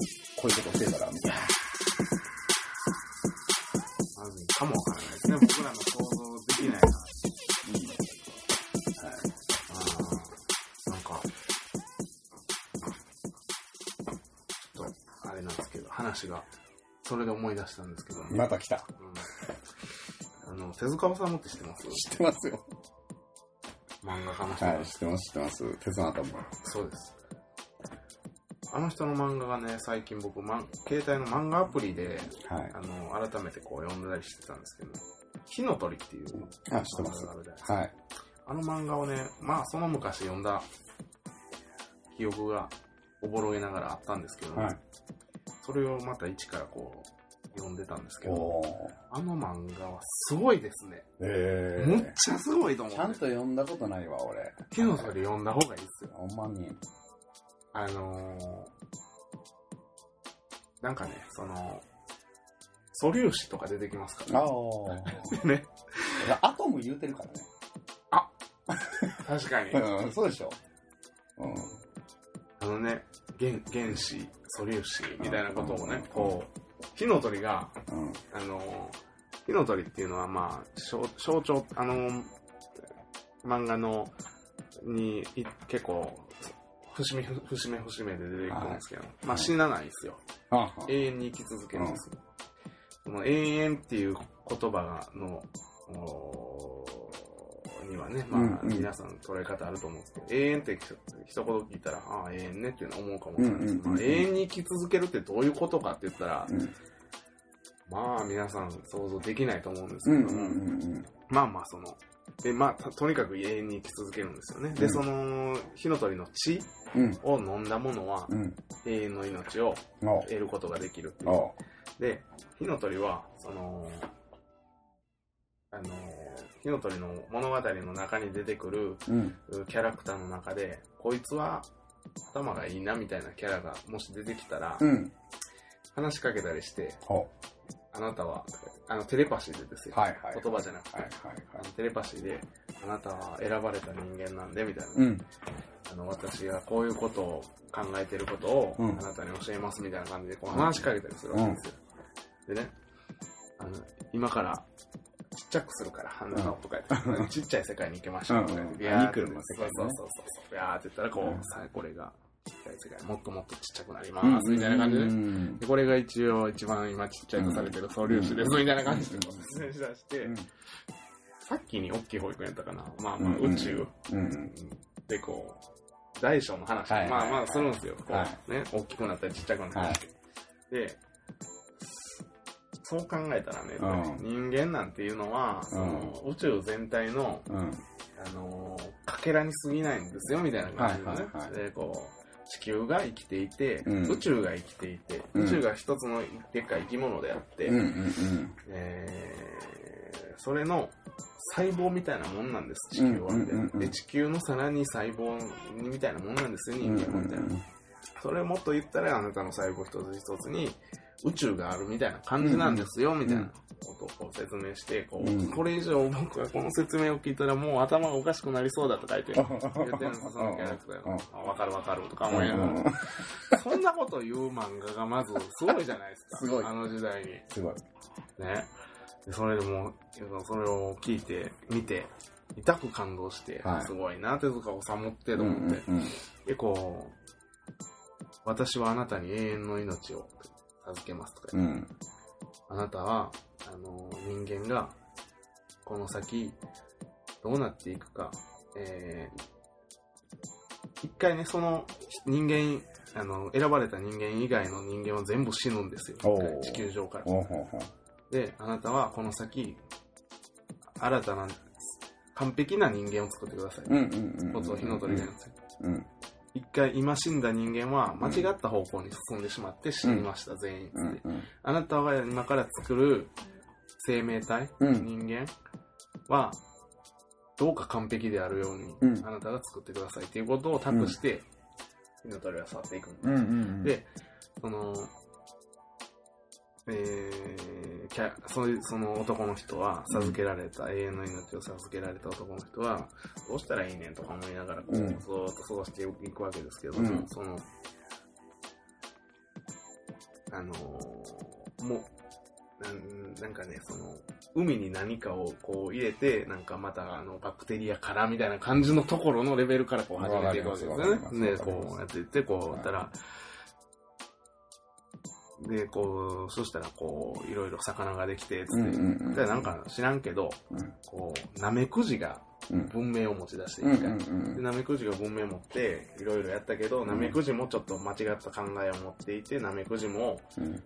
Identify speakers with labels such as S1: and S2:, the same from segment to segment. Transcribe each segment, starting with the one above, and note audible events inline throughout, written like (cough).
S1: こういうことしてたら、みたいな。
S2: まずいかもわからないですね。僕らの想像できない話。
S1: はい。
S2: あーなんか、ちょっと、あれなんですけど、話が、それで思い出したんですけど、
S1: また来た。
S2: うんあの、手塚治虫って知ってます
S1: 知ってますよ。
S2: 漫画家の人、
S1: はい、知ってます、知ってます。鉄の頭。
S2: そうです。あの人の漫画がね、最近僕、まん、携帯の漫画アプリで、
S1: はい。
S2: あの、改めてこう読んだりしてたんですけど、火の鳥っていう
S1: あ、知ってます。
S2: あるじゃないですか
S1: はい。
S2: あの漫画をね、まあその昔読んだ記憶がおぼろげながらあったんですけど、
S1: はい。
S2: それをまた一からこう読んでたんですけど、
S1: おー。
S2: あの漫画はすごいですね。
S1: え
S2: むっちゃすごいと思
S1: ちゃ
S2: うん
S1: と
S2: て。
S1: 読んだことないわ、俺。
S2: 手のそれ読んだ方がいいですよ。
S1: ほんまに。
S2: あのー、なんかね、その、素粒子とか出てきますから、
S1: あ
S2: ね。
S1: あ。
S2: ね。
S1: アトム言うてるからね。
S2: 確かに。
S1: うん、そうでしょ。うん。
S2: (laughs) あのね、原原子、素粒子みたいなことを
S1: うん
S2: ね、こう、火の鳥が
S1: うん。
S2: あの、火の鳥っていうのは、まあ、象象徴、あの、漫画の、に、い結構、節目、節目、節目で出てくるんですけど、まあ死なないんですよ。
S1: あは
S2: 永遠に生き続けるんですよ。その永遠っていう言葉の、おーにはね、まあ、
S1: うんうん
S2: 皆さん捉え方あると思うんですけど、永遠って一言聞いたら、ああ、永遠ねっていうのは思うかもしれないですけど、
S1: うんうんうんうん
S2: まあ永遠に生き続けるってどういうことかって言ったら、
S1: うん。
S2: まあ皆さん想像できないと思うんです
S1: う
S2: け
S1: ん
S2: ど
S1: うん
S2: も、
S1: うん
S2: まあまあその、で、まあたとにかく永遠に生き続けるんですよね。で、
S1: うん
S2: その、火の鳥の血
S1: うん。うん。
S2: を飲んだものは
S1: うん。
S2: 永遠の命を
S1: おう
S2: 得ることができるっていう。
S1: おう
S2: で、火の鳥は、その、あの、火の鳥の物語の中に出てくる
S1: うん。
S2: うキャラクターの中で、こいつは頭がいいなみたいなキャラがもし出てきたら
S1: う、ん。
S2: 話しかけたりして、
S1: おう
S2: あなたは、あの、テレパシーでですよ。
S1: はいはい。
S2: 言葉じゃなくて、
S1: はいはい
S2: あ
S1: は
S2: の
S1: い。
S2: テレパシーで、あなたは選ばれた人間なんで、みたいな、
S1: うん。
S2: あの、私がこういうことを考えてることを、
S1: うん
S2: あなたに教えます、みたいな感じで、こう話しかけたりするわけですよ。でね、あの、今から、ちっちゃくするから、鼻のとか言って、ちっちゃい世界に行けましょう、とか言っ
S1: うん
S2: て、ビャーって
S1: ミクロの世界ね
S2: そうそうそうそう、ビャーって言ったら、こう、
S1: うん
S2: さあ、これが、ちっちゃい世界、もっともっとちっちゃくなります、みたいな感じでね、
S1: うん
S2: でこれが一応一番今ちっちゃいとされてる素粒子です、
S1: うん
S2: みたいな感じで
S1: うん
S2: こう説明しだして、
S1: うん
S2: さっきに大きい保育園やったかな。まあまあ、
S1: うん
S2: 宇宙
S1: うん。
S2: でこう、大小の話、
S1: はい
S2: まあまあするんですよ。こう
S1: は
S2: ね、大きくなったりちっちゃくなったり、
S1: はい
S2: で、そう考えたらね、
S1: う
S2: 人間なんていうのは、その宇宙全体の、
S1: うん。
S2: あのーかけらに過ぎないんですよ、みたいな感じでね。
S1: はいはいはい
S2: で、こう、地球が生きていて、
S1: うん
S2: 宇宙が生きていて、
S1: うん
S2: 宇宙が一つのでっかい生き物であって、
S1: うんうん
S2: えーそれの細胞みたいなもんなんです地球は、
S1: うんうんうんうん
S2: で地球のさらに細胞みたいなもんなんですよ
S1: うん。
S2: 人間はみたいな、
S1: うん
S2: それをもっと言ったらあなたの細胞一つ一つに宇宙があるみたいな感じなんですよ、みたいなことをこう説明してこう、
S1: うん
S2: これ以上僕はこの説明を聞いたらもう頭がおかしくなりそうだと書いて言ってるんですよそのキャラクター
S1: うん
S2: があわかるわかるとか思いながら、そんなこと言う漫画がまずすごいじゃないですか
S1: すごい
S2: あの時代に。
S1: すごい。
S2: ね。でそれでもう、それを聞いて、見て、痛く感動して、
S1: はい
S2: すごいな、手塚治虫って
S1: う
S2: と
S1: ん
S2: 思って、
S1: うん
S2: で、こう、私はあなたに永遠の命を授けますとか
S1: う
S2: 言って、
S1: ん。
S2: あなたは、あの、人間が、この先、どうなっていくか、えー一回ね、その人間、あの、選ばれた人間以外の人間は全部死ぬんですよ。
S1: お
S2: 一
S1: ー
S2: 回地球上から。
S1: おうほうほう。
S2: で、あなたはこの先、新たな、完璧な人間を作ってください。
S1: うんうんうんうん。
S2: ことを火の鳥が言うんですよ。
S1: うん
S2: 一回今死んだ人間は間違った方向に進んでしまって死にました、全員って、
S1: うんうん。
S2: あなたは今から作る生命体、
S1: うん
S2: 人間は、どうか完璧であるように、
S1: うん
S2: あなたが作ってくださいっていうことを託して、火の鳥は去っていくんです
S1: うんうん。
S2: で、その、えー、キャそのその男の人は、授けられた、永遠の命を授けられた男の人は、どうしたらいいねんとか思いながら、こう、
S1: うん
S2: ずーっと過ごしていくわけですけども、
S1: うん
S2: その、あのーもうなん、なんかね、その、海に何かをこう入れて、なんかまたあの、バクテリアからみたいな感じのところのレベルからこう始めていくわけです
S1: わか
S2: よ
S1: ります
S2: ね。で、
S1: わかります
S2: こうやっていって、こうやったら、で、こう、そしたらこう、いろいろ魚ができて、つ
S1: うん
S2: っ
S1: うん
S2: て。
S1: うん。
S2: で、なんか知らんけど、
S1: うん、
S2: こう、ナメクジが
S1: うん。
S2: 文明を持ち出してい
S1: うんう
S2: く
S1: んうん
S2: でナメクジが文明持っていろいろやったけど、
S1: ん
S2: ナメクジもちょっと間違った考えを持っていてナメクジも
S1: うん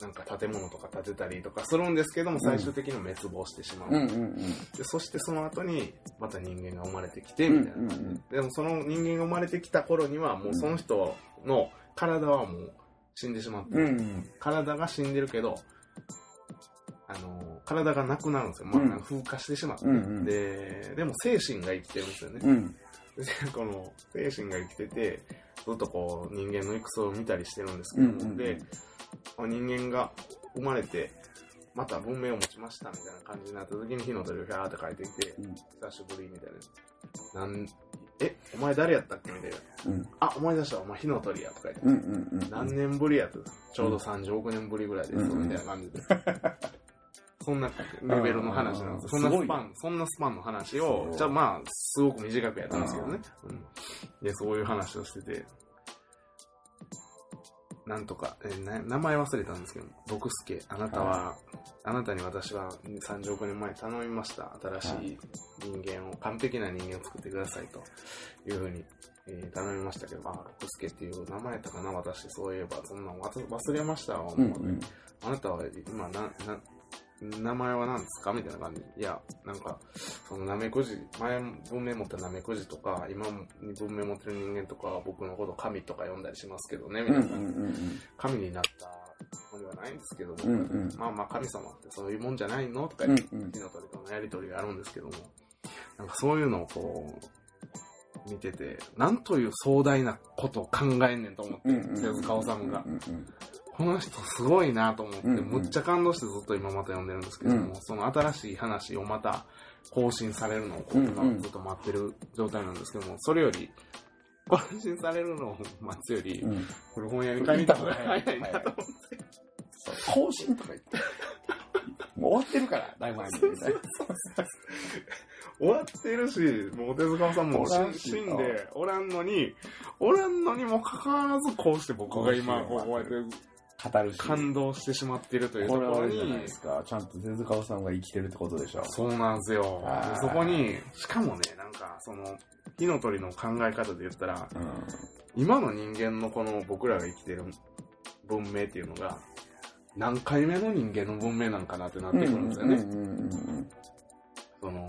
S2: なんか建物とか建てたりとかするんですけども最終的に滅亡してしまう、
S1: うんうん
S2: でそしてその後にまた人間が生まれてきて
S1: うん
S2: みたいな、
S1: うん
S2: でもその人間が生まれてきた頃にはもうその人の体はもう死んでしまって、
S1: うんうん
S2: 体が死んでるけどあの体がなくなるんですよ、まあ
S1: うん
S2: なんか風化してしまって、
S1: うんうん
S2: ででも精神が生きてるんですよね、 (laughs)
S1: うん
S2: でこの精神が生きててずっとこう人間の戦を見たりしてるんですけ
S1: う
S2: ど
S1: ん
S2: も、
S1: うん
S2: でまあ人間が生まれてまた文明を持ちましたみたいな感じになった時に火の鳥がひゃーって帰ってきて
S1: うん
S2: 久しぶりみたいななんえお前誰やったっけみたいな
S1: うん
S2: あ思い出したお前火の鳥やとか言って、
S1: うんうんうん
S2: 何年ぶりやとちょうど30億年ぶりぐらいです、
S1: うん
S2: みたいな感じで (laughs) そんなレベルの話なんですよそんな
S1: すご
S2: ス
S1: い
S2: パンそんなスパンの話を
S1: そう
S2: じゃあまあすごく短くやったんですけどね、うん、でそういう話をしててなんとか、えーな名前忘れたんですけど「僕助あなたは、あなたに私は30億年前に頼みました新しい人間を完璧な人間を作ってください」というふうに、えー頼みましたけど「あ僕助っていう名前やったかな私そういえばそんなんわた忘れましたわ、
S1: うんうん
S2: あなたは今なな名前は何ですかみたいな感じで。いや、なんか、そのナメクジ、前文明持ったナメクジとか、今文明持ってる人間とかは僕のこと神とか呼んだりしますけどね、み
S1: う
S2: たい
S1: ん
S2: な。
S1: うんうん
S2: 神になったつもりはないんですけども、
S1: うんうん
S2: まあまあ神様ってそういうもんじゃないのとか
S1: う
S2: 言
S1: ん
S2: って、
S1: うん
S2: 火の鳥とのやりとりがあるんですけども、なんかそういうのをこう、見てて、なんという壮大なことを考えんねんと思って、
S1: うんうん
S2: 手塚治虫が
S1: う。んうん
S2: この人すごいなと思って、
S1: うんうん
S2: むっちゃ感動してずっと今また読んでるんですけども、
S1: う
S2: その新しい話をまた更新されるのをこう
S1: うんうん
S2: ずっと待ってる状態なんですけども、それより、更新されるのを待つより
S1: う、ん
S2: 古本屋に借りた方が早いなと思って。
S1: 更新とか言って。もう終わってるから、だいぶ前に。みたいな
S2: 終わってるし、もう手塚さんも
S1: おらんし
S2: 死んで、おらんのに、おらんのにもかかわらずこうして僕が今、こ
S1: 更新を
S2: うや
S1: 待ってて
S2: っ
S1: 語るし。
S2: 感動してしまっているというと
S1: こ
S2: こ
S1: れはあ
S2: ろ
S1: れじゃない
S2: に
S1: で、すか。ちゃんと手塚さんが生きてるってことでしょ。
S2: そうなんですよ。
S1: あー
S2: でそこに、しかもね、なんか、その、火の鳥の考え方で言ったら、
S1: うん。
S2: 今の人間のこの僕らが生きてる文明っていうのが、何回目の人間の文明なんかなってなってくるんですよね。
S1: うんうんうん
S2: その、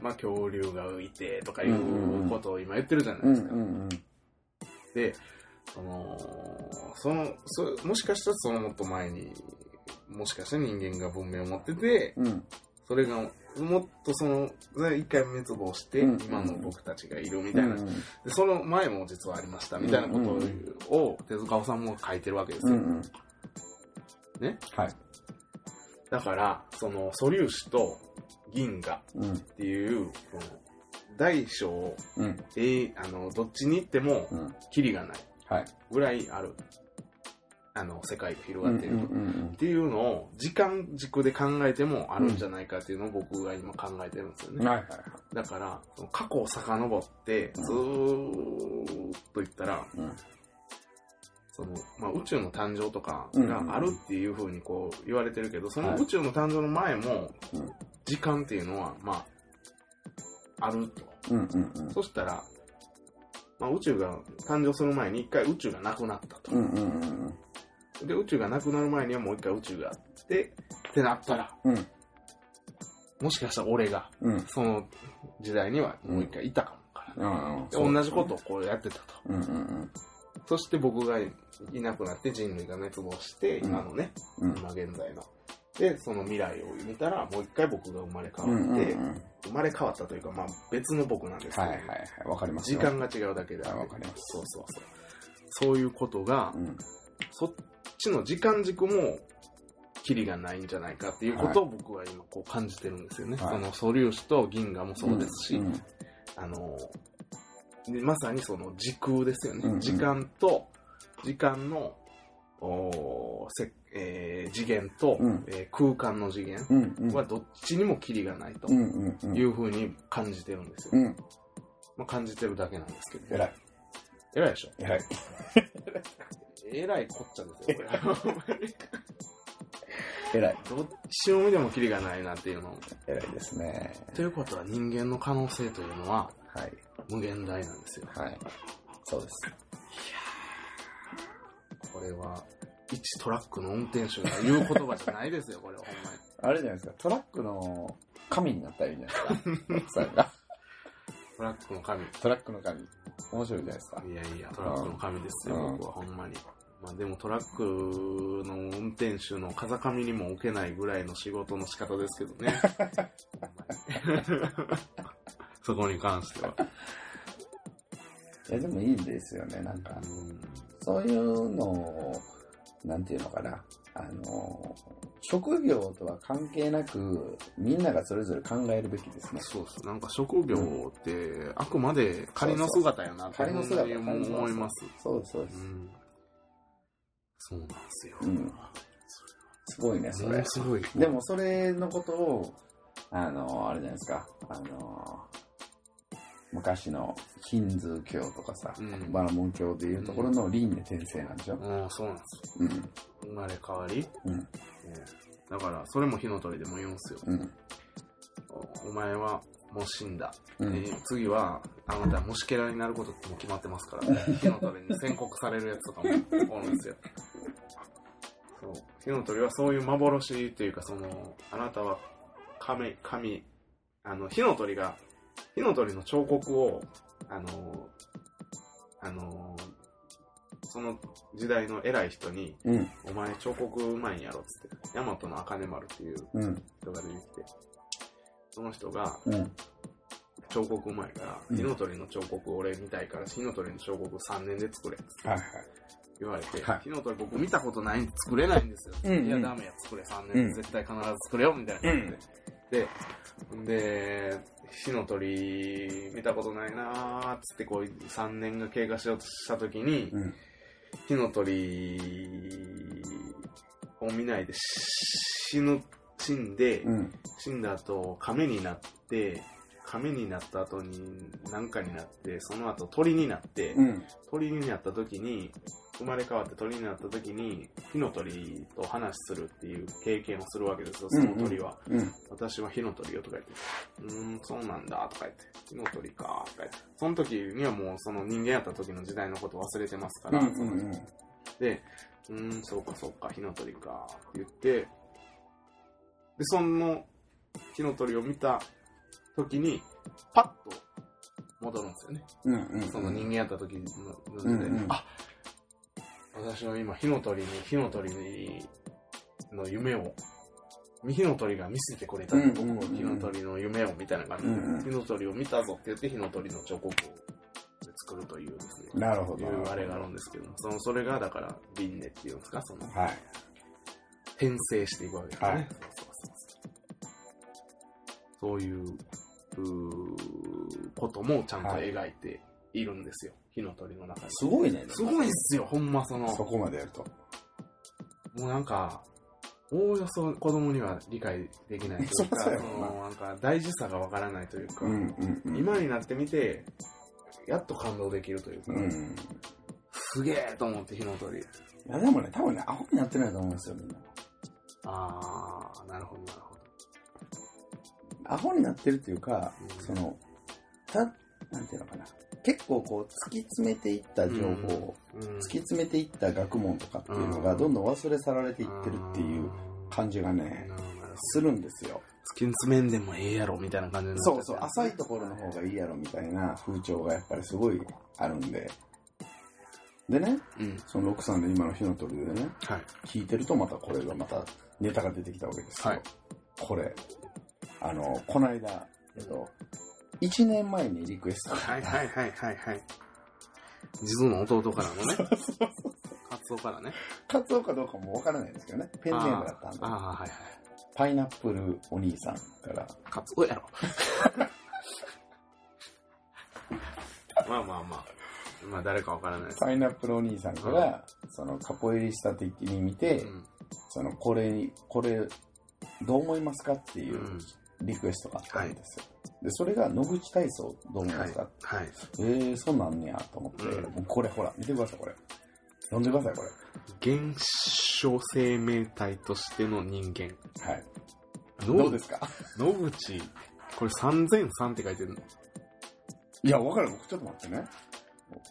S2: まあ、恐竜が浮いてとかい
S1: んうんう
S2: うんことを今言ってるじゃない
S1: うん。うん
S2: ですか。
S1: うん
S2: で、その、その、そもしかしたらそのもっと前に、もしかしたら人間が文明を持ってて、
S1: うん。うん。
S2: それがもっとそのね一回滅亡して
S1: うん
S2: 今の僕たちがいるみたい
S1: う
S2: な、
S1: んうん
S2: でその前も実はありましたみたいなこ
S1: うんうん
S2: とを手塚治虫も書いてるわけです
S1: う
S2: よ、
S1: んうん。
S2: ね
S1: はい。
S2: だからその素粒子と銀河
S1: うん。
S2: っていうこの大小、
S1: うん。
S2: えーあのどっちに行っても
S1: うん。
S2: キリがない
S1: はい。
S2: ぐらいあるあの世界が広がっている
S1: うん
S2: と、
S1: うんうん
S2: っていうのを時間軸で考えてもあるんじゃないかっていうのを僕が今考えてるんですよね
S1: うん。はいはいはい。
S2: だから、その過去を遡って、ずーっと言ったら、
S1: うん
S2: そのまあ、宇宙の誕生とかがあるっていうふうにこう言われてるけど、その宇宙の誕生の前も
S1: うん、
S2: 時間っていうのは、まあ、あると。
S1: うんうんうん。
S2: そしたら、まあ、宇宙が誕生する前に一回宇宙がなくなった
S1: うん
S2: と。
S1: うんうん
S2: で、宇宙がなくなる前にはもう一回宇宙があって、ってなったら、
S1: うん。
S2: もしかしたら俺が、
S1: うん。うん
S2: その時代にはもう一回いたかもからね。
S1: うんうん。
S2: で同じことをこうやってたと。
S1: うんうん
S2: そして僕がいなくなって人類が滅亡して、
S1: うん
S2: 今のね、
S1: うん。
S2: 今現在の。で、その未来を見たら、もう一回僕が生まれ
S1: う
S2: 変
S1: ん
S2: わ
S1: う
S2: っ
S1: ん
S2: て、
S1: うん。
S2: 生まれ変わったというか、まあ別の僕なんですけ
S1: は
S2: ど、
S1: いはいはい。わかります
S2: 時
S1: よ。
S2: 間が違うだけで
S1: は
S2: あ
S1: い
S2: る
S1: わかります
S2: そうそうそう。そういうことが、
S1: うん。
S2: そっちの時間軸も、キリがないんじゃないかっていうことを僕は今こう感じてるんですよね。
S1: はい
S2: その素粒子と銀河もそうですし、
S1: うん
S2: あの、でまさにその時空ですよね。
S1: うんうん
S2: 時間と、時間のおーせ、えー次元と、
S1: うん
S2: えー空間の次元
S1: うんうん。
S2: はどっちにもキリがないと
S1: うんうんうん。
S2: いうふうに感じてるんですよ。
S1: うん。
S2: まあ、感じてるだけなんですけど。
S1: 偉い。
S2: 偉いでしょ。
S1: 偉い。
S2: えらいこっちゃですよ、これ。ほん
S1: (laughs)
S2: まに
S1: 偉い。
S2: どっちを見てもキリがないなっていうのを。
S1: 偉いですね。
S2: ということは人間の可能性というのは
S1: はい。
S2: 無限大なんですよ。
S1: はい。そうです。
S2: これは、一トラックの運転手が言う言葉じゃないですよ、これほんまに。
S1: あれじゃないですか、トラックの神になったらいいんじゃないですか。奥さんが。
S2: トラックの神。
S1: トラックの神。面白いじゃないですか。
S2: いやいや、トラックの神ですよ、
S1: うん
S2: 僕はほんまに。まあでもトラックの運転手の風上にも置けないぐらいの仕事の仕方ですけどね。ほんまに (laughs) そこに関しては。
S1: いや、でもいいんですよね。なんか、そういうのを、なんていうのかな。あの、職業とは関係なく、みんながそれぞれ考えるべきですね。
S2: そうです。なんか職業って、あくまで仮の姿やなって
S1: 仮の姿
S2: 本当にもう思います。
S1: そうです、そうで
S2: う
S1: す。
S2: んそうなんですよ。
S1: うん。すごいね、そ
S2: も
S1: れ
S2: の。すごい。
S1: でも、それのことを、あの、あれじゃないですか。あの、昔のヒンズー教とかさ、
S2: うん
S1: バラモン教でいうところの輪廻転生なんでしょ、
S2: うん、そうなんですよ。
S1: うん、
S2: 生まれ変わり、
S1: うん、
S2: だから、それも火の鳥でも言うんすよ。
S1: うん、
S2: おお前はもう死んだ。
S1: うん
S2: で次は、あなた虫けらになることってもう決まってますから、火の鳥に宣告されるやつとかもおるんですよ。そう。火の鳥はそういう幻っていうか、その、あなたは神、神、あの、火の鳥が、火の鳥の彫刻を、あの、あの、その時代の偉い人に、
S1: うん、
S2: お前彫刻うまいんやろっつって、ヤマトの茜丸っていう
S1: うん、
S2: 人が出てきて、その人が、
S1: うん、
S2: 彫刻うまいから、
S1: うん
S2: 火の鳥の彫刻俺見たいから、火の鳥の彫刻3年で作れって
S1: はいはい。
S2: 言われて、
S1: はい
S2: 火の鳥僕見たことないんで作れないんですよ。
S1: うんうん
S2: いや、ダメや、作れ、3年で絶対必ず作れよ、みたいな感じで。で、で、火の鳥見たことないなーっつって、こう3年が経過しようとした時に、
S1: うん、
S2: 火の鳥を見ないでし死ぬ、死んで、
S1: うん、
S2: 死んだ後、亀になって、亀になった後に何かになって、その後鳥になって、
S1: うん、
S2: 鳥になった時に、生まれ変わって鳥になった時に、火の鳥と話するっていう経験をするわけですよ、その鳥は。
S1: うん、
S2: 私は火の鳥よとか言って、うーん、そうなんだとか言って、火の鳥かとか言って、その時にはもうその人間やった時の時代のこと忘れてますから、その人で、うーん、そうかそうか、火の鳥か、って言って、で、その火の鳥を見た時に、パッと戻るんですよね。
S1: うん、うん、うん、
S2: その人間やった時のの時で、
S1: うんうん
S2: あ私は今火の鳥に、火の鳥にの夢を、火の鳥が見せてくれた、
S1: うんうん
S2: 僕
S1: うんうん
S2: を火の鳥の夢をみたいな感じで、
S1: うんうん
S2: 火の鳥を見たぞって言って火の鳥の彫刻を作るというですね。
S1: なるほど。
S2: いうあれがあるんですけど、そのそれがだから、輪廻っていうんですか、その、
S1: はい。
S2: 転生していくわけですね。
S1: はい
S2: そうそうそうそういう、うーこともちゃんと描いているんですよ、火の鳥の中に。
S1: すごいね。
S2: すごいっすよ、ほんまその、
S1: そこまでやると。
S2: もうなんか、おおよそ子供には理解できないというか、
S1: (laughs) そ
S2: そ
S1: だ
S2: う
S1: よな
S2: のなんか大事さがわからないというか、
S1: うん、うん、うん。
S2: 今になってみて、やっと感動できるというか、
S1: うん。
S2: すげえと思って火の鳥。
S1: いや、でもね、多分ね、アホになってないと思うんですよ、みんな。
S2: ああ、なるほど、なるほど。
S1: アホになってるというか、
S2: うん
S1: その、た、なんていうのかな。結構こう、突き詰めていった情報を、
S2: うん
S1: 突き詰めていった学問とかっていうのが、
S2: うん
S1: どんどん忘れ去られていってるっていう感じがね、
S2: なるほどなるほど
S1: するんですよ。
S2: 突き詰めんでもええやろみたいな感じになっちゃ
S1: そうそう、浅いところの方がいいやろみたいな風潮がやっぱりすごいあるんで。でね、
S2: うん
S1: その奥さんで今の火の鳥でね、
S2: はい
S1: 聞いてるとまたこれがまたネタが出てきたわけですよ。
S2: はい
S1: これ、あの、この間、えっと、1年前にリクエストが
S2: はいはいはいはいはい地蔵の弟からのねカツオからね
S1: カツオかどうかもわからないんですけどね。ペンネームだったんで
S2: あ。あはいはい
S1: パイナップルお兄さんから。
S2: カツオ
S1: (laughs)
S2: やろまあまあまあまあ誰かわからないです。
S1: パイナップルお兄さんから、そのカポエリスタ的に見て、
S2: うん
S1: そのこれに、これ、どう思いますかっていう
S2: うん
S1: リクエストがあったんですよ。で、それが野口体操どう思いますか、
S2: はい。はい。
S1: えー、そんなんねやと思って、
S2: うん
S1: もうこれほら、見てください、これ。読んでください、これ。
S2: 現象生命体としての人間。
S1: はい。ど
S2: 野
S1: うで
S2: 口、
S1: すか
S2: 野口、これ3003って書いてる
S1: いや、わかる。ちょっと待ってね。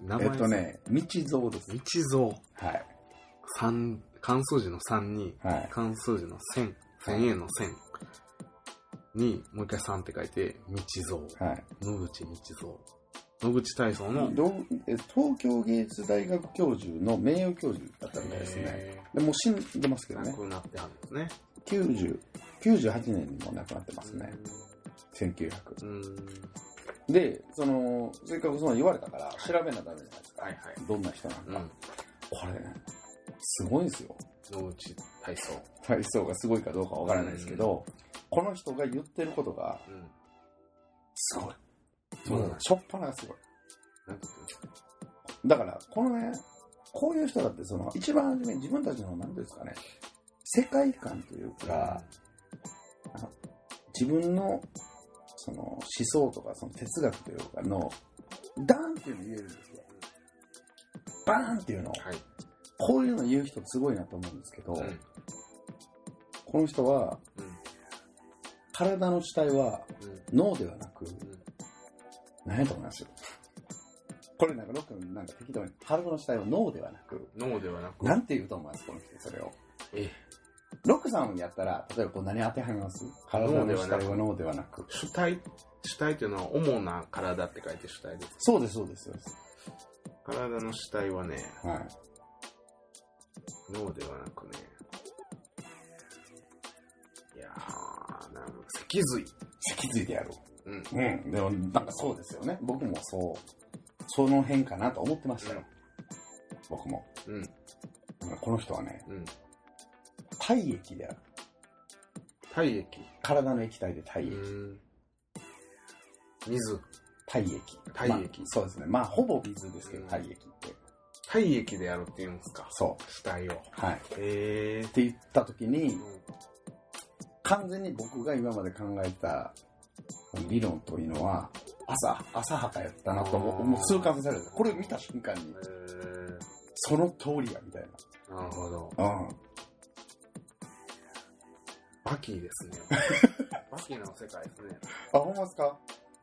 S2: 名
S1: え
S2: 前
S1: っと。ね、道蔵です。
S2: 一蔵、
S1: はい。
S2: 三、関数字の3に、
S1: はい。
S2: 関数字の1000、1000円の1000に、もう一回3って書いて、道
S1: はい。
S2: 蔵、野口道蔵。野口体操の、
S1: どうえ東京芸術大学教授の名誉教授だったみたいですね。
S2: え
S1: でもう死んでますけ
S2: ー
S1: ど
S2: な
S1: ね。
S2: くなってはるんですね。
S1: 90 98年にも亡くなってますね。1900。
S2: うん。
S1: で、その、せっかくその言われたから、調べなダメじゃないですか。
S2: はいはい。
S1: どんな人なのか。
S2: うん。
S1: これね、すごいんですよ。
S2: 野口体操。
S1: 体操がすごいかどうかわからないですけど、この人が言ってることが、
S2: うん。
S1: すごい。
S2: そうなんです
S1: しょっぱながすごい。
S2: なんて言ってんの
S1: だから、このね、こういう人だって、その、一番初めに自分たちの、なんていうんですかね、世界観というか、自分の、その、思想とか、その哲学というかの、ダーンっていうのを言えるんですよ。バーンっていうのを、
S2: はい。
S1: こういうの言う人すごいなと思うんですけど、
S2: うん
S1: この人は、体の主体は
S2: うんうん
S1: 脳ではなく、
S2: ん
S1: 何やと思いますよ。これなんかロックンなんか適当に、体の主体は脳ではなく、
S2: 脳ではなく、
S1: なんて言うと思いますこの人、それを。
S2: え
S1: ロックさんやったら、例えばこう何当てはめます体の主体は脳ではなく。
S2: 主体、主体というのは主な体って書いて主体です。
S1: そうです、そうです、そうです。
S2: 体の主体はね、
S1: はい。
S2: 脳ではなくね、いやー、なんか脊髄。
S1: 脊髄でやろ
S2: うん。
S1: う。うん。でも、なんかそうですよね。僕もそう、その辺かなと思ってましたよ。僕も。
S2: うん。
S1: だからこの人はね、
S2: うん。
S1: 体液である。
S2: 体液。
S1: 体の液体で体液。
S2: うん。水。
S1: 体液。
S2: 体液
S1: まあそうですね。まあ、ほぼ水ですけ
S2: う
S1: ど、
S2: ん
S1: 体液って。
S2: 体液でやるって言うんですか。
S1: そ
S2: 主体を。
S1: う。はい。っ
S2: え
S1: て言った時に
S2: ー。、
S1: 完全に僕が今まで考えた理論というのは、朝、朝はかやったなと思
S2: あ
S1: う、
S2: ー
S1: もう痛感させられた。これ見た瞬間に
S2: え、ー。
S1: その通りや、みたい
S2: なるほど。
S1: な。うん。
S2: バキーです
S1: (laughs)
S2: ね。バキーの世界ですね。
S1: あ、ほんまですか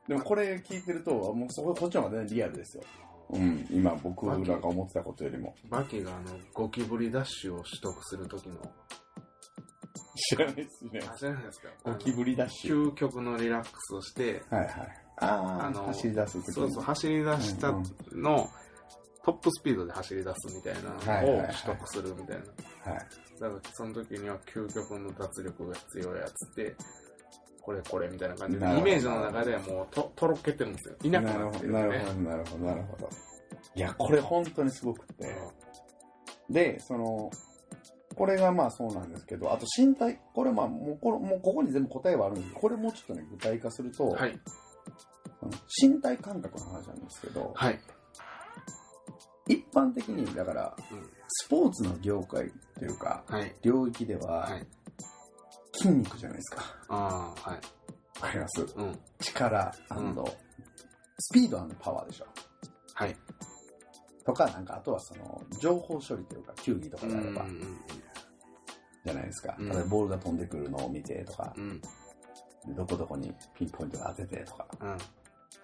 S1: でもこれ聞いてると、もうそこ、こっちの方が全然リアルですよ。うん、今僕らが思ってたことよりも。
S2: バキがあのゴキブリダッシュを取得する時の
S1: 知らないですね
S2: あ知らないですか
S1: ゴキブリダッシュ。
S2: 究極のリラックスをして
S1: はいはい。あ
S2: あ
S1: あ、
S2: の
S1: 走り出す時
S2: そうそう走り出した
S1: うん
S2: のトップスピードで走り出すみたいな
S1: はい
S2: の
S1: はい
S2: を
S1: はい
S2: 取得するみたい
S1: は
S2: な
S1: い。
S2: だからその時には究極の脱力が必要やっつってこれこれみたいな感じ
S1: なるほ
S2: でイ
S1: ど
S2: メージの中ではもうととろけてるんですよいなく
S1: なる
S2: なって
S1: ほど、
S2: るん
S1: な
S2: で
S1: るほど、なるほど、なるほど。いや、これ本当にすごくって。で、その、これがまあそうなんですけど、あと身体、これまあもうこれもうここに全部答えはあるんですけど、これもうちょっとね、具体化すると、
S2: うんはい
S1: あの身体感覚の話なんですけど、
S2: はい、
S1: 一般的に、だから、
S2: うん
S1: スポーツの業界というか、
S2: はい
S1: 領域では
S2: はい、
S1: 筋肉じゃないですか。
S2: ああはい
S1: わかります
S2: うん
S1: 力、
S2: うん
S1: スピードパワーでしょ。
S2: はい
S1: とか、なんか、あとはその、情報処理というか、球技とか
S2: うん
S1: で
S2: う
S1: あ
S2: ん
S1: れば、じゃないですか。
S2: うん
S1: 例えば、ボールが飛んでくるのを見てとか
S2: う、ん
S1: どこどこにピンポイントを当ててとか。
S2: うん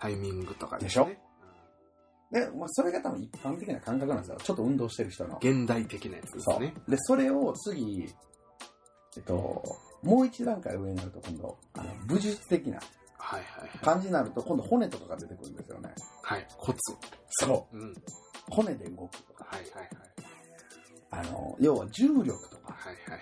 S2: タイミングとか
S1: でしょで、まあ、それが多分一般的な感覚なんですよ。ちょっと運動してる人の。
S2: 現代的なやつです
S1: そう
S2: ね。。
S1: で、それを次、えっと、もう一段階上になると今度、あの、武術的な
S2: はいはいはい。
S1: 感じになると今度骨とかが出てくるんですよね。
S2: はい、コツ。
S1: そ
S2: うん。はいは
S1: う。骨で動くとか。
S2: いはい。
S1: あの、要は重力とか、
S2: はいはいはい。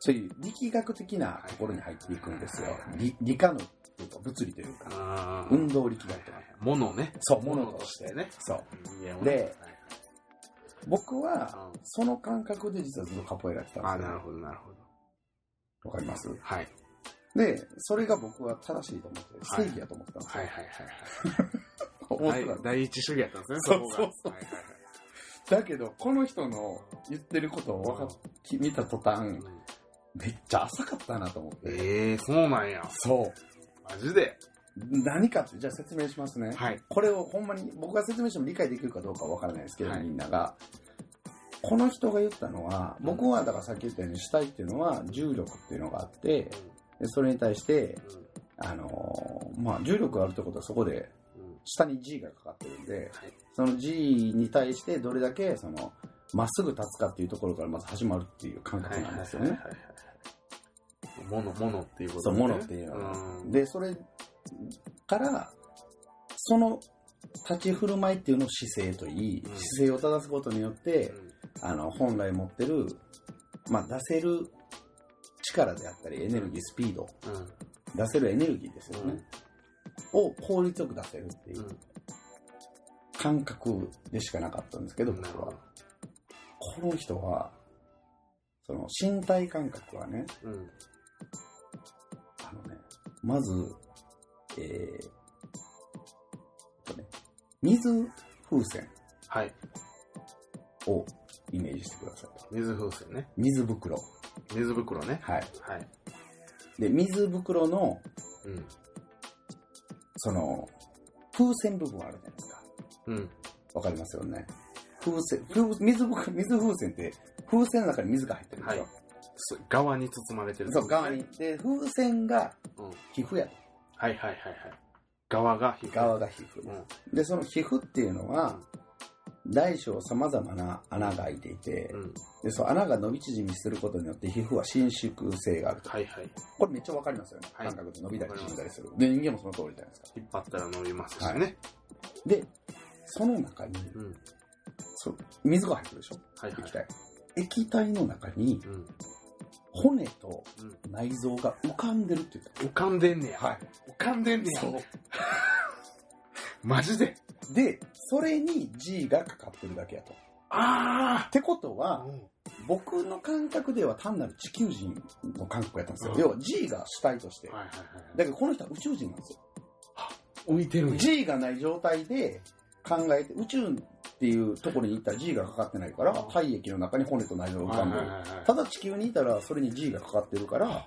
S1: そういう力学的なところに入っていくんですよ
S2: はいはい。
S1: 理理科の、というか物理というか、
S2: あー
S1: 運動力学とか。
S2: ものね。
S1: そう、ものとして
S2: 物ね。
S1: そう。
S2: いや
S1: で、僕
S2: 物
S1: は、
S2: はい
S1: その感覚で実はずっとカポエラやって
S2: うん
S1: た
S2: あー、
S1: んです
S2: なる
S1: よ。
S2: ほどなるほど。
S1: わかります
S2: はい。
S1: で、それが僕は正しいと思って、
S2: はい
S1: 正義やと思ってたんです
S2: は
S1: よ。
S2: いはいはいはい。
S1: 思って
S2: 第
S1: たんだ。
S2: 第一主義やったんですね、
S1: そう
S2: こが。
S1: そうそう
S2: はいはいはい
S1: だけど、この人の言ってることを分かっき見た途端、
S2: うん
S1: めっちゃ浅かったなと思って。
S2: ええそうなんや。
S1: そう。
S2: マジで。
S1: 何かって、じゃあ説明しますね。
S2: はい。
S1: これをほんまに僕が説明しても理解できるかどうかわからないですけど、
S2: はい
S1: みんなが。この人が言ったのは、僕はだからさっき言ったように、死体っていうのは重力っていうのがあって、でそれに対して、あのーまあ、重力があるってことはそこで
S2: うんうん
S1: 下に G がかかってるんで、
S2: はい
S1: その G に対してどれだけそのまっすぐ立つかっていうところからまず始まるっていう感覚なんですよね。
S2: はいはいはいはい。もの、ものっていうこと
S1: そう、
S2: ね
S1: モノっていうのは。
S2: ん
S1: で、それから、その立ち振る舞いっていうのを姿勢といい、
S2: うん
S1: 姿勢を正すことによって、
S2: う
S1: あの、本来持ってる、まあ、出せる力であったり、エネルギー、スピード、
S2: ん。
S1: 出せるエネルギーですよ
S2: うん。
S1: ね。を効率よく出せるっていううん感覚でしかなかったんですけど、
S2: なる
S1: 僕
S2: ほ
S1: は
S2: ど。
S1: この人は、その身体感覚はね、
S2: うん。
S1: あのね、まず、えーえっとね、水風船
S2: はい。
S1: をイメージしてくださいと。
S2: 水風船ね。
S1: 水袋。
S2: 水袋ね。
S1: はい。
S2: はい。
S1: で、水袋の、
S2: うん。
S1: その、風船部分あるじゃないですか。
S2: うん。
S1: わかりますよね。風船、風水袋、水風船って、風船の中に水が入ってるんですよ。
S2: はす側に包まれてる。
S1: そう、側に。。で、風船が
S2: うん。はい
S1: 皮膚やと。
S2: はいはいはい。側が皮膚
S1: 側が皮膚。
S2: うん。
S1: で、その皮膚っていうのは、大小様々な穴が開いていて、
S2: うん。
S1: で、そう、穴が伸び縮みすることによって皮膚は伸縮性があると。
S2: はいはい。
S1: これめっちゃわかりますよね。
S2: はい
S1: 感覚で伸びたり縮んだりする。で、人間もその通りじゃないですか。
S2: 引っ張ったら伸びますしね。
S1: で、その中に、
S2: うん。
S1: そう、水が入ってるでしょ
S2: はいはい
S1: 液。体。液体の中に
S2: う、ん。
S1: 骨と
S2: うん
S1: 内臓が浮かんでるっていう
S2: 浮かんでんねや。
S1: か。はい。
S2: 浮かんでんねや。
S1: そう。
S2: (laughs) マジで。
S1: で、それに G がかかってるだけやと。っ
S2: あ
S1: てこと
S2: あ
S1: は、僕の感覚では単なる地球人の感覚やったんですよ。要は G が主体として。
S2: はいはい
S1: だけどこの人は宇宙人なんですよ。
S2: はい。浮いてるんや。
S1: G がない状態で考えて、宇宙っていうところに行ったら G がかかってないから、体液の中に骨と内臓が浮かんで
S2: はい
S1: る。
S2: はいはい
S1: ただ地球にいたら、それに G がかかってるから、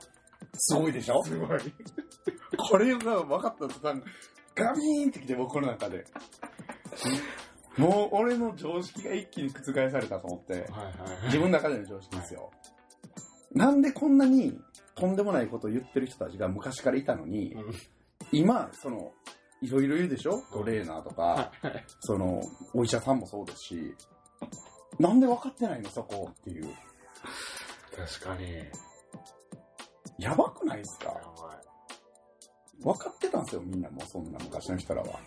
S1: すごいでしょ
S2: (laughs) すごい。
S1: これが分かった途端、ガミーンってきて、僕の
S2: (laughs)
S1: 中で。もう俺の常識が一気に覆されたと思って、
S2: はいはい
S1: 自分の中での常識ですよ。なんでこんなにとんでもないことを言ってる人たちが昔からいたのに、
S2: うん
S1: 今、その、いろいろ言うでしょトレーナーとか、その、お医者さんもそうですし、なんで分かってないのそこっていう。
S2: 確かに。
S1: やばくないです
S2: や
S1: か分かってたんですよ、みんなもうそんな昔の人らは。
S2: ばい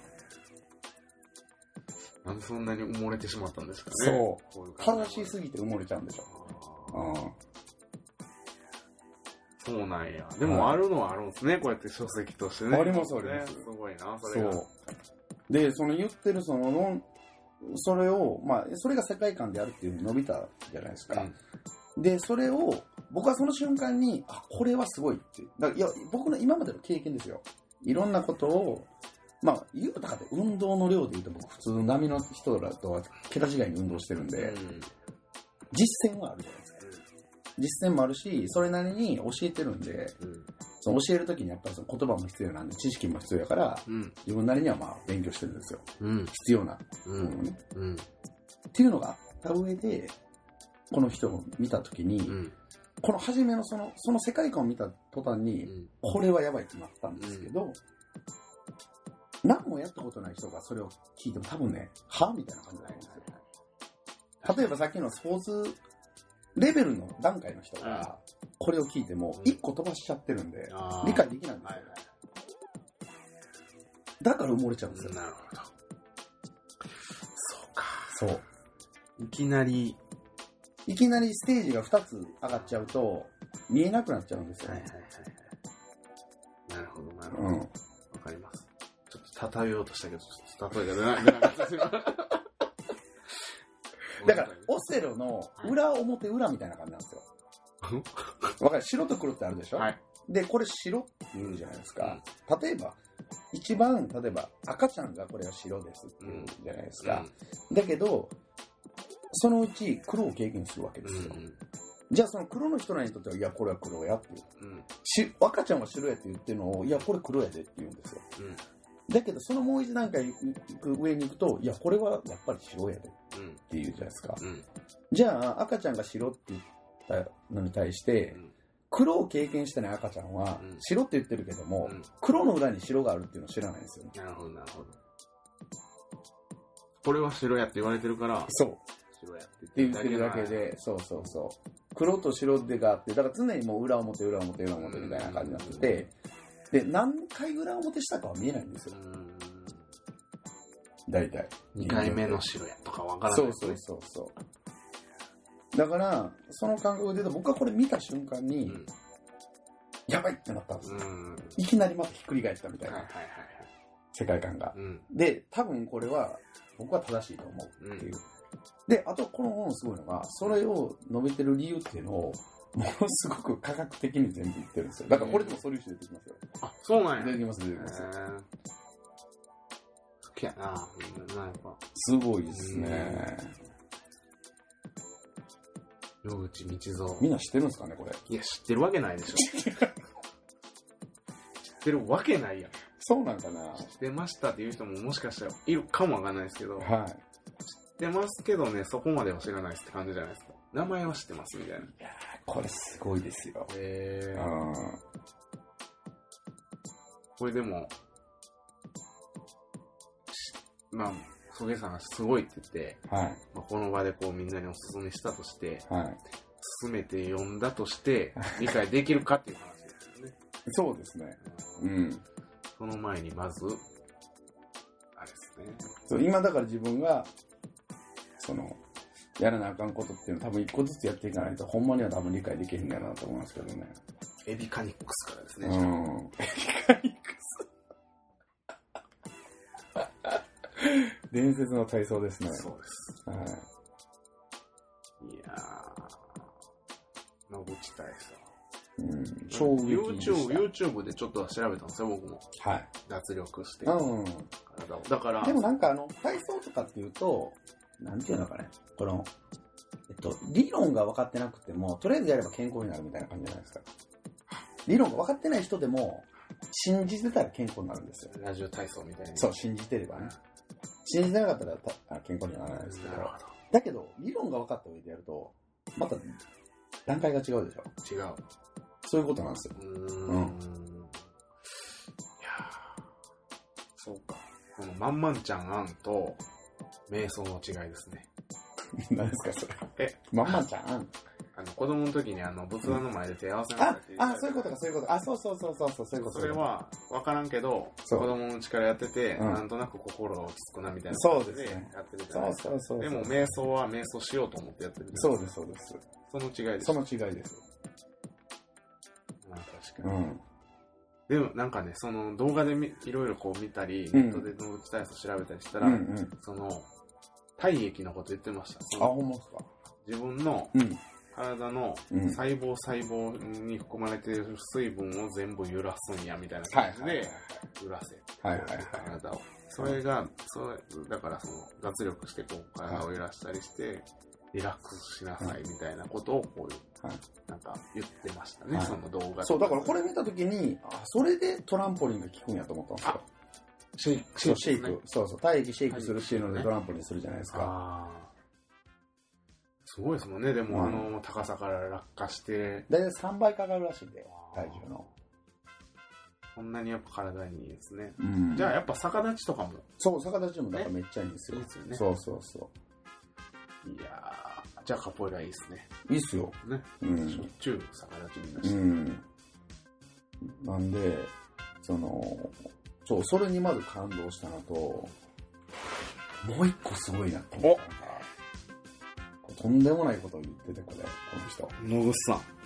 S2: なんでそんなに埋もれてしまったんですかね。。
S1: そう
S2: こういう感
S1: 正
S2: じ
S1: しすぎて埋もれちゃうんでしょ。う
S2: そうなんや。でも
S1: はい
S2: あるのはあるんですね、こうやって書籍としてね。
S1: ありますあります
S2: ねすごいな、
S1: ん。
S2: それが。
S1: そう。で、その言ってるそののん、それを、まあ、それが世界観であるっていうふうに伸びたじゃないですか。で、それを、僕はその瞬間に、あ、これはすごいって。だからいや、僕の今までの経験ですよ。いろんなことを、まあ、言うたかで運動の量で言うと僕普通の波の人らとは桁違いに運動してるん
S2: うん。
S1: で、実践はあるじゃないですか。実践もあるし、それなりに教えてるんで、
S2: うん。
S1: その教えるときにやっぱりその言葉も必要なんで、知識も必要やから、
S2: うん。
S1: 自分なりにはまあ勉強してるんですよ。
S2: うん。
S1: 必要な
S2: う
S1: ものを
S2: ん。
S1: ね。
S2: うん。
S1: っていうのがあった上で、この人を見たときに、
S2: うん。
S1: この初めのその、その世界観を見た途端に、これはやばいってなったんですけど、何もやったことない人がそれを聞いても多分ね、はみたいな感じだと思うんですよ。例えばさっきのスポーツレベルの段階の人が、これを聞いても
S2: うん
S1: 一個飛ばしちゃってるんで、
S2: あー
S1: 理解できないんです
S2: はい
S1: よ。だから埋もれちゃうんです
S2: はい。
S1: よ。
S2: なるほど。そうか。
S1: そう。
S2: いきなり。
S1: いきなりステージが2つ上がっちゃうと、見えなくなっちゃうんですよ
S2: はい
S1: ね。
S2: はいはい。なるほど、なるほど。
S1: う
S2: わ
S1: ん。
S2: かります。ちょっと例えようとしたけど、ちょっと例えが出な出なかったです今
S1: だから、オセロの裏表裏みたいな感じなんですよ。わかる白と黒ってあるでしょ、
S2: はい
S1: で、これ白って言うじゃないですか。例えば、一番、例えば赤ちゃんがこれは白ですって言うじゃないですか。だけど、そのうち黒を経験するわけですよ。じゃあその黒の人らにとっては、いや、これは黒やっていう。し赤ちゃんは白やって言ってるのを、いや、これ黒やでって言うんですよ。だけど、そのもう一段階行く上に行くと、いや、これはやっぱり白やでって言うじゃないですか。じゃあ、赤ちゃんが白って言ったのに対して、黒を経験してない赤ちゃんは
S2: うん、
S1: 白って言ってるけども、黒の裏に白があるっていうのを知らないんですよね。
S2: なるほど、なるほど。これは白やって言われてるから、
S1: そう。
S2: 白やって
S1: って言ってるだけ。で、そうそうそう。黒と白でがあって、だから常にもう裏表、裏表、裏表みたいな感じになってて、で、何回裏表したかは見えないんです
S2: う
S1: よ。
S2: ん。
S1: 大体。
S2: 2回目の白やとかわからない
S1: そ
S2: で
S1: う
S2: す
S1: そ
S2: ね
S1: う。そうそう。だから、その感覚で言うと、僕はこれ見た瞬間に、
S2: うん
S1: やばいってなったんですよ。
S2: うん。はい
S1: きなりまたひっくり返ったみ
S2: い
S1: たい
S2: はいはい
S1: な、世界観が
S2: はい。。うん。
S1: で、多分これは、僕は正しいと思うっていう。で、あとこの本すごいのが、それを述べてる理由っていうのを、ものすごく科学的に全部言ってるんですよ。だからこれでもソリューション出てきますよ。
S2: あ、そうなんや。
S1: 出てきます、出てき
S2: へ
S1: ます。
S2: ー好きやな。うんなんか、
S1: すごいですね。
S2: 野口道
S1: み
S2: 蔵。
S1: んな知ってるんですかね、これ。
S2: いや、知ってるわけない
S1: (laughs)
S2: でしょ。知ってるわけないやん。
S1: そうなんかな
S2: 知ってましたっていう人ももしかしたらいるかもわかんないですけど、知っ
S1: は
S2: てますけどね、そこまでは知らないですって感じじゃないですか。名前は知ってますみたいな。
S1: い。いやーこれすごいですよ。
S2: えー、
S1: うん。
S2: これでも、しまあ、ソゲさんがすごいって言って、
S1: はい。
S2: まあ、この場でこうみんなにおすすめしたとして、
S1: はい。
S2: 進めて読んだ
S1: (laughs)
S2: として、理解できるかっていう話ですよね。
S1: そうですね。うん。
S2: その前にまず、あれですね。
S1: そう今だから自分が、その、やらなあかんことっていうのを多分一個ずつやっていかないと、ほんまには多分理解できへんかなと思いますけどね。
S2: エビカニックスからですね。
S1: うん。 (laughs) 伝説の体操ですね。
S2: そうです。
S1: はい
S2: やー、野口大佐。
S1: い。うん。衝撃で
S2: YouTube,
S1: した。
S2: YouTube でちょっとは調べたんですよ、僕も。
S1: はい。
S2: 脱力して。
S1: う
S2: 体をだから、
S1: ん。でもなんかあの、体操とかっていうと、なんていうのかね。この、えっと、理論が分かってなくても、とりあえずやれば健康になるみたいな感じじゃないですか。理論が分かってない人でも、信じてたら健康になるんですよ。
S2: ラジオ体操みたいに。
S1: そう、信じてればね。信じてなかったらたあ健康にはならないですけ
S2: な
S1: ど
S2: る。ほ
S1: だけど、理論が分かった上でやると、また段階が違うでしょ。
S2: ど。違う。
S1: そういうことなんですよ。 (laughs)
S2: うーん。
S1: うん
S2: いやーそうか。この、まんまんちゃんあんと、瞑想の違いですね。
S1: 何ですか、それ。
S2: え、
S1: まんまんちゃん。
S2: あの、子供の時にあの、仏壇の前で手合わせなさ
S1: あ
S2: いって、
S1: あ、そういうことか、そういうこと。あ、そうそうそうそう、そうそういうこと。
S2: それは、わからんけど、子
S1: そう
S2: 供のうちからやってて、
S1: うん
S2: なんとなく心が落ち着くなみたいな
S1: そう
S2: 感じ
S1: ですね
S2: やってるじゃ
S1: そ
S2: ないうですか。
S1: そうそうそう。
S2: でも、瞑想は瞑想しようと思ってやってるじゃ
S1: そ
S2: ないう
S1: です、そうです。
S2: ですか。その違いです
S1: その違いです。
S2: まあ
S1: う
S2: 確かに。
S1: ん。
S2: でもなんかね、その動画でみいろいろこう見たり、
S1: う
S2: ネ
S1: ん
S2: ットで動物体操調べたりした
S1: う
S2: ら、
S1: んうん。
S2: その、体液のこと言ってました。そ
S1: あ、
S2: の
S1: ほんまですか。
S2: 自分の
S1: うん。
S2: 体の
S1: うん
S2: 細胞細胞に含まれている水分を全部揺らすんやみたいな
S1: は
S2: 感
S1: い
S2: じ
S1: はい
S2: で、揺らせ。
S1: はい。はいはいはい。
S2: 体を。それが、それだからその、脱力してこう体を揺らしたりして、リラックスしなさいみたいなことをこういう、
S1: はい
S2: なんか言ってましたね、
S1: はい
S2: その動画で
S1: そう、だからこれ見たときに、あ、それでトランポリンが効くんやと思ったんですよ。
S2: シェイク、
S1: そう、シェイ
S2: ですね
S1: ク。そうそう、体液シェイクするっていうのでトランポリンするじゃないですか。
S2: ああ。すごいですもんね。でも、
S1: うん
S2: あの、高さから落下して、
S1: だいたい3倍かかるらしいんだよ、体重の。
S2: こんなにやっぱ体にいいですね。
S1: うん
S2: じゃあ、やっぱ逆立ちとかも。
S1: そう、逆立ちもだからめっちゃいいんですよ。
S2: いいですよね
S1: そうそうそ
S2: いやー、じゃあカポエラいいですね。
S1: う。いいっすよ。
S2: ね。
S1: うん
S2: しょっちゅう逆立ち見ま
S1: う
S2: し
S1: ん。なんで、その、そう、それにまず感動したのと、もう一個すごいなと思ったのが、とんでもないことを言ってて、これ、この人。
S2: た。野口さん。